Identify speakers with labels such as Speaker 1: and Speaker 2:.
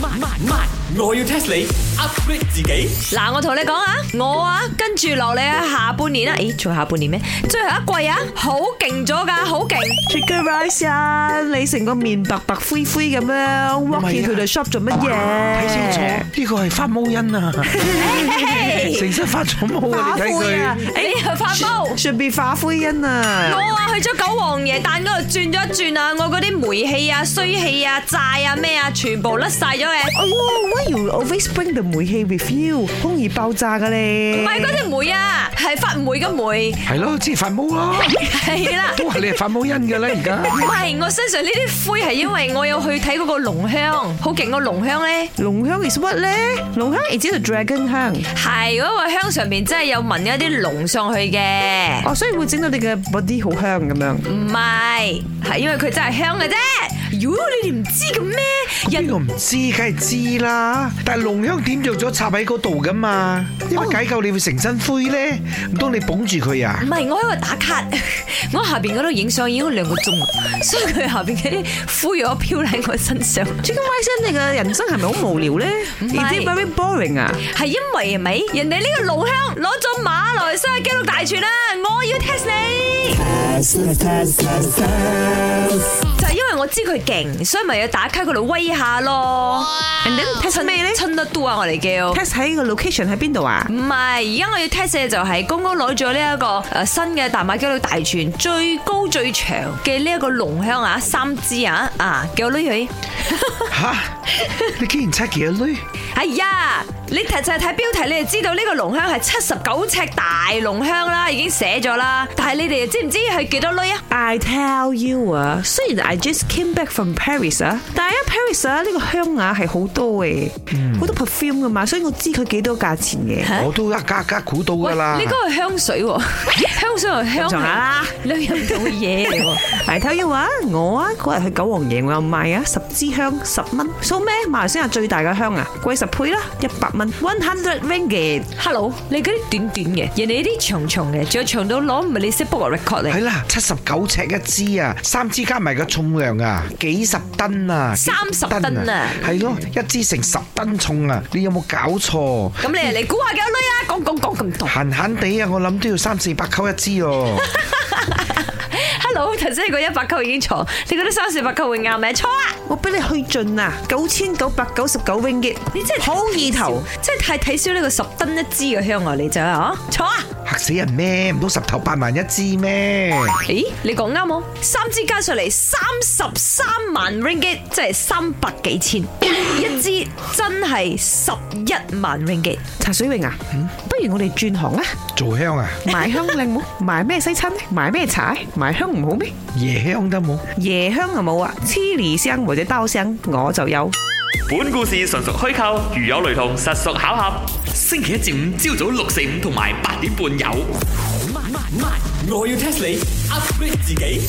Speaker 1: 慢慢慢，我要 test 你 upgrade 自己。
Speaker 2: 嗱，我同你講啊，我啊跟住落嚟啊，下半年啊，咦，仲有下半年咩？最後一季啊，好勁咗㗎，好勁！
Speaker 3: Chicken rice 啊，你成個面白白灰灰咁樣，walk
Speaker 4: 係啊
Speaker 3: 去佢哋 shop 做乜嘢？
Speaker 4: 睇清楚，
Speaker 3: 哎
Speaker 4: 呢個係發毛因啊，成身發咗毛啊！你睇
Speaker 3: 化灰啊
Speaker 4: 佢，
Speaker 2: 哎呀，發毛！
Speaker 3: ，should be 化灰因啊！
Speaker 2: 我啊去咗九皇爺誕嗰度轉咗一轉啊，我嗰啲煤氣啊、衰氣啊、債啊咩啊，全部甩晒咗嘅。
Speaker 3: 哦，why Oh, you always bring the 煤氣 with you？空易爆炸㗎你。
Speaker 2: 唔係嗰條煤啊，係發霉嘅霉，
Speaker 4: 係咯，即係發毛咯，
Speaker 2: 係啦。
Speaker 4: 都話你係發毛因嘅啦，而家。
Speaker 2: 唔係，我身上呢啲灰係因為我有去睇嗰個龍香，好勁個龍香咧，
Speaker 3: 龍香 is what 咧？龍香 is 呢度 dragon 香，
Speaker 2: 係嗰個香上面真係有聞一啲龍上去嘅，
Speaker 3: 哦，所以會整到你嘅 body 好香咁樣。
Speaker 2: 唔係，係因為佢真係香嘅啫。妖，你哋唔知嘅咩？
Speaker 4: 呢
Speaker 2: 人
Speaker 4: 個唔知，梗係知啦。但係濃香點着咗插喺嗰度噶嘛，因為解救你會成身灰咧，唔通你捧住佢啊
Speaker 2: 唔？係，我喺度打卡，我喺下邊嗰度影相已經兩個鐘啦，所以佢下邊嗰啲灰咗飄喺我身上，
Speaker 3: Chicken rice 因你嘅人生係咪好無聊咧？
Speaker 2: 唔係
Speaker 3: Is it very boring 啊？
Speaker 2: 係因為係咪？人哋呢個龍香攞咗馬來西亞紀錄大全啊！我要 test 你。就係因為我知佢勁，所以咪要打卡佢度威下咯。人哋
Speaker 3: test 咩呢
Speaker 2: 親得多啊！我哋叫
Speaker 3: test 喺個 location 喺邊度啊？
Speaker 2: 唔係，而家我要 test 嘅就係剛剛攞咗呢一個誒新嘅大馬雞柳大全最高最長嘅呢一個龍香啊，三支啊啊，叫我攞佢。
Speaker 4: 吓，你竟然測幾多女？
Speaker 2: 哎呀，你睇就係睇標題，你就知道呢個龍香係七十九尺大龍香啦，已經寫咗啦。但係你哋知唔知係幾多女啊？
Speaker 3: I tell you 啊，雖然 I just came back from Paris 啊，但係喺 Paris 啊呢個香雅係好多嘅，好多 perfume 噶嘛，所以我知佢幾多價錢嘅。
Speaker 4: 我都一家一家估到
Speaker 2: 喂，
Speaker 4: 噶啦
Speaker 2: 呢。個係香水喎， 香水同香
Speaker 3: 咁上下啦
Speaker 2: 你飲到嘢嚟喎。
Speaker 3: I tell you 啊，我啊嗰日去九皇爺我有買啊，十支香十蚊，so 咩？馬來西亞最大嘅香啊，貴十倍啦，一百蚊，one hundred ringgit。
Speaker 2: Hello，你嗰啲短短嘅，人哋呢啲長長嘅，仲有長到攞唔係你識 book 個 record 嚟
Speaker 4: 係。啦，七十九尺一支啊，三支加埋個重量啊，幾十噸啊，幾
Speaker 2: 30噸啊
Speaker 4: 係咯，一支成十噸重啊，你有冇搞錯？
Speaker 2: 咁你嚟估下幾多女啊？講講講咁多。
Speaker 4: 閒閒地啊，我諗都要三四百扣一支哦。
Speaker 2: Hello，頭先你個一百級已經錯，你嗰啲三四百級會啱咪錯啊！
Speaker 3: 我俾你去盡啊，九千九百九十九 ringgit，
Speaker 2: 你真係
Speaker 3: 好意頭。，
Speaker 2: 真係太睇少呢個十噸一支嘅香啊！你就係啊，錯啊！
Speaker 4: 嚇死人咩？唔通十頭八萬一支咩？
Speaker 2: 咦，你講啱冇？三支加上嚟三十三萬 ringgit，即係三百幾千，一支真係十一萬 ringgit。
Speaker 3: 茶水榮啊，不如我哋轉行啦，
Speaker 4: 做香啊，
Speaker 3: 賣香靚冇？賣咩西餐呢？賣咩茶？賣香唔好咩？
Speaker 4: 夜香得冇？
Speaker 3: 椰香有冇啊？黐梨香或者刀香我就有。
Speaker 5: 本故事純屬虛構，如有雷同，實屬巧合。星期一至五朝早六四五同埋八點半有。
Speaker 1: 慢慢慢，我要 test 你 upgrade 自己。